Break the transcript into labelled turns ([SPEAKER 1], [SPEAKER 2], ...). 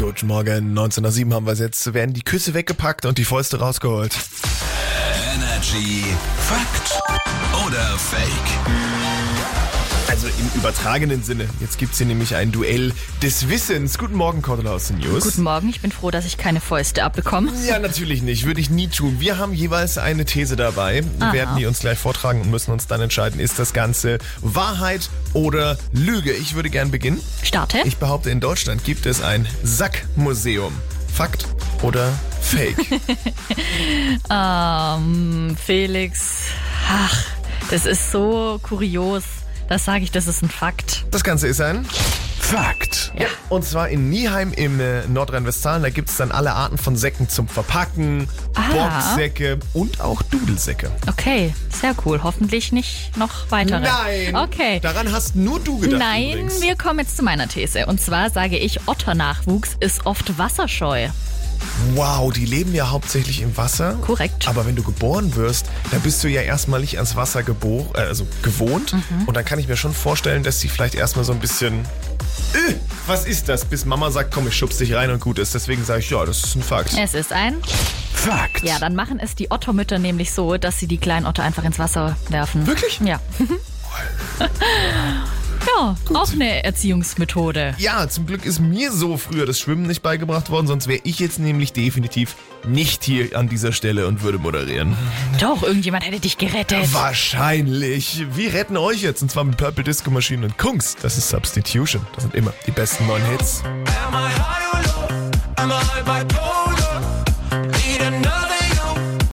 [SPEAKER 1] Guten Morgen, 19.07 haben wir es jetzt. Werden die Küsse weggepackt und die Fäuste rausgeholt.
[SPEAKER 2] Energy Fakt oder Fake?
[SPEAKER 1] Also im übertragenen Sinne. Jetzt gibt's hier nämlich ein Duell des Wissens. Guten Morgen, Cordula aus den News.
[SPEAKER 3] Guten Morgen, ich bin froh, dass ich keine Fäuste abbekomme.
[SPEAKER 1] Ja, natürlich nicht. Würde ich nie tun. Wir haben jeweils eine These dabei, werden die uns gleich vortragen und müssen uns dann entscheiden, ist das Ganze Wahrheit oder Lüge. Ich würde gern beginnen.
[SPEAKER 3] Starte.
[SPEAKER 1] Ich behaupte, in Deutschland gibt es ein Sackmuseum. Fakt oder Fake?
[SPEAKER 3] Ähm, Felix, ach, das ist so kurios. Das sage ich, das ist ein Fakt.
[SPEAKER 1] Das Ganze ist ein
[SPEAKER 2] Fakt.
[SPEAKER 1] Ja. Und zwar in Nieheim im äh, Nordrhein-Westfalen. Da gibt's dann alle Arten von Säcken zum Verpacken,
[SPEAKER 3] Ah.
[SPEAKER 1] Boxsäcke und auch Dudelsäcke.
[SPEAKER 3] Okay, sehr cool. Hoffentlich nicht noch weitere.
[SPEAKER 1] Nein!
[SPEAKER 3] Okay.
[SPEAKER 1] Daran hast nur du gedacht.
[SPEAKER 3] Nein,
[SPEAKER 1] übrigens.
[SPEAKER 3] wir kommen jetzt zu meiner These. Und zwar sage ich, Otternachwuchs ist oft wasserscheu.
[SPEAKER 1] Wow, die leben ja hauptsächlich im Wasser.
[SPEAKER 3] Korrekt.
[SPEAKER 1] Aber wenn du geboren wirst, dann bist du ja erstmal nicht ans Wasser gebor äh, also gewohnt.
[SPEAKER 3] Mhm.
[SPEAKER 1] Und dann kann ich mir schon vorstellen, dass die vielleicht erstmal so ein bisschen. Äh, was ist das? Bis Mama sagt, komm, ich schubs dich rein und gut ist. Deswegen sage ich, ja, das ist ein Fakt.
[SPEAKER 3] Es ist ein.
[SPEAKER 2] Fakt.
[SPEAKER 3] Ja, dann machen es die Ottermütter nämlich so, dass sie die kleinen Otter einfach ins Wasser werfen.
[SPEAKER 1] Wirklich?
[SPEAKER 3] Ja. ja, auch eine Erziehungsmethode.
[SPEAKER 1] Ja, zum Glück ist mir so früher das Schwimmen nicht beigebracht worden, sonst wäre ich jetzt nämlich definitiv nicht hier an dieser Stelle und würde moderieren.
[SPEAKER 3] Doch, irgendjemand hätte dich gerettet.
[SPEAKER 1] Wahrscheinlich. Wir retten euch jetzt und zwar mit Purple Disco Machine und Kungs. Das ist Substitution. Das sind immer die besten neuen Hits.
[SPEAKER 4] Am I high or low? Am I high by both?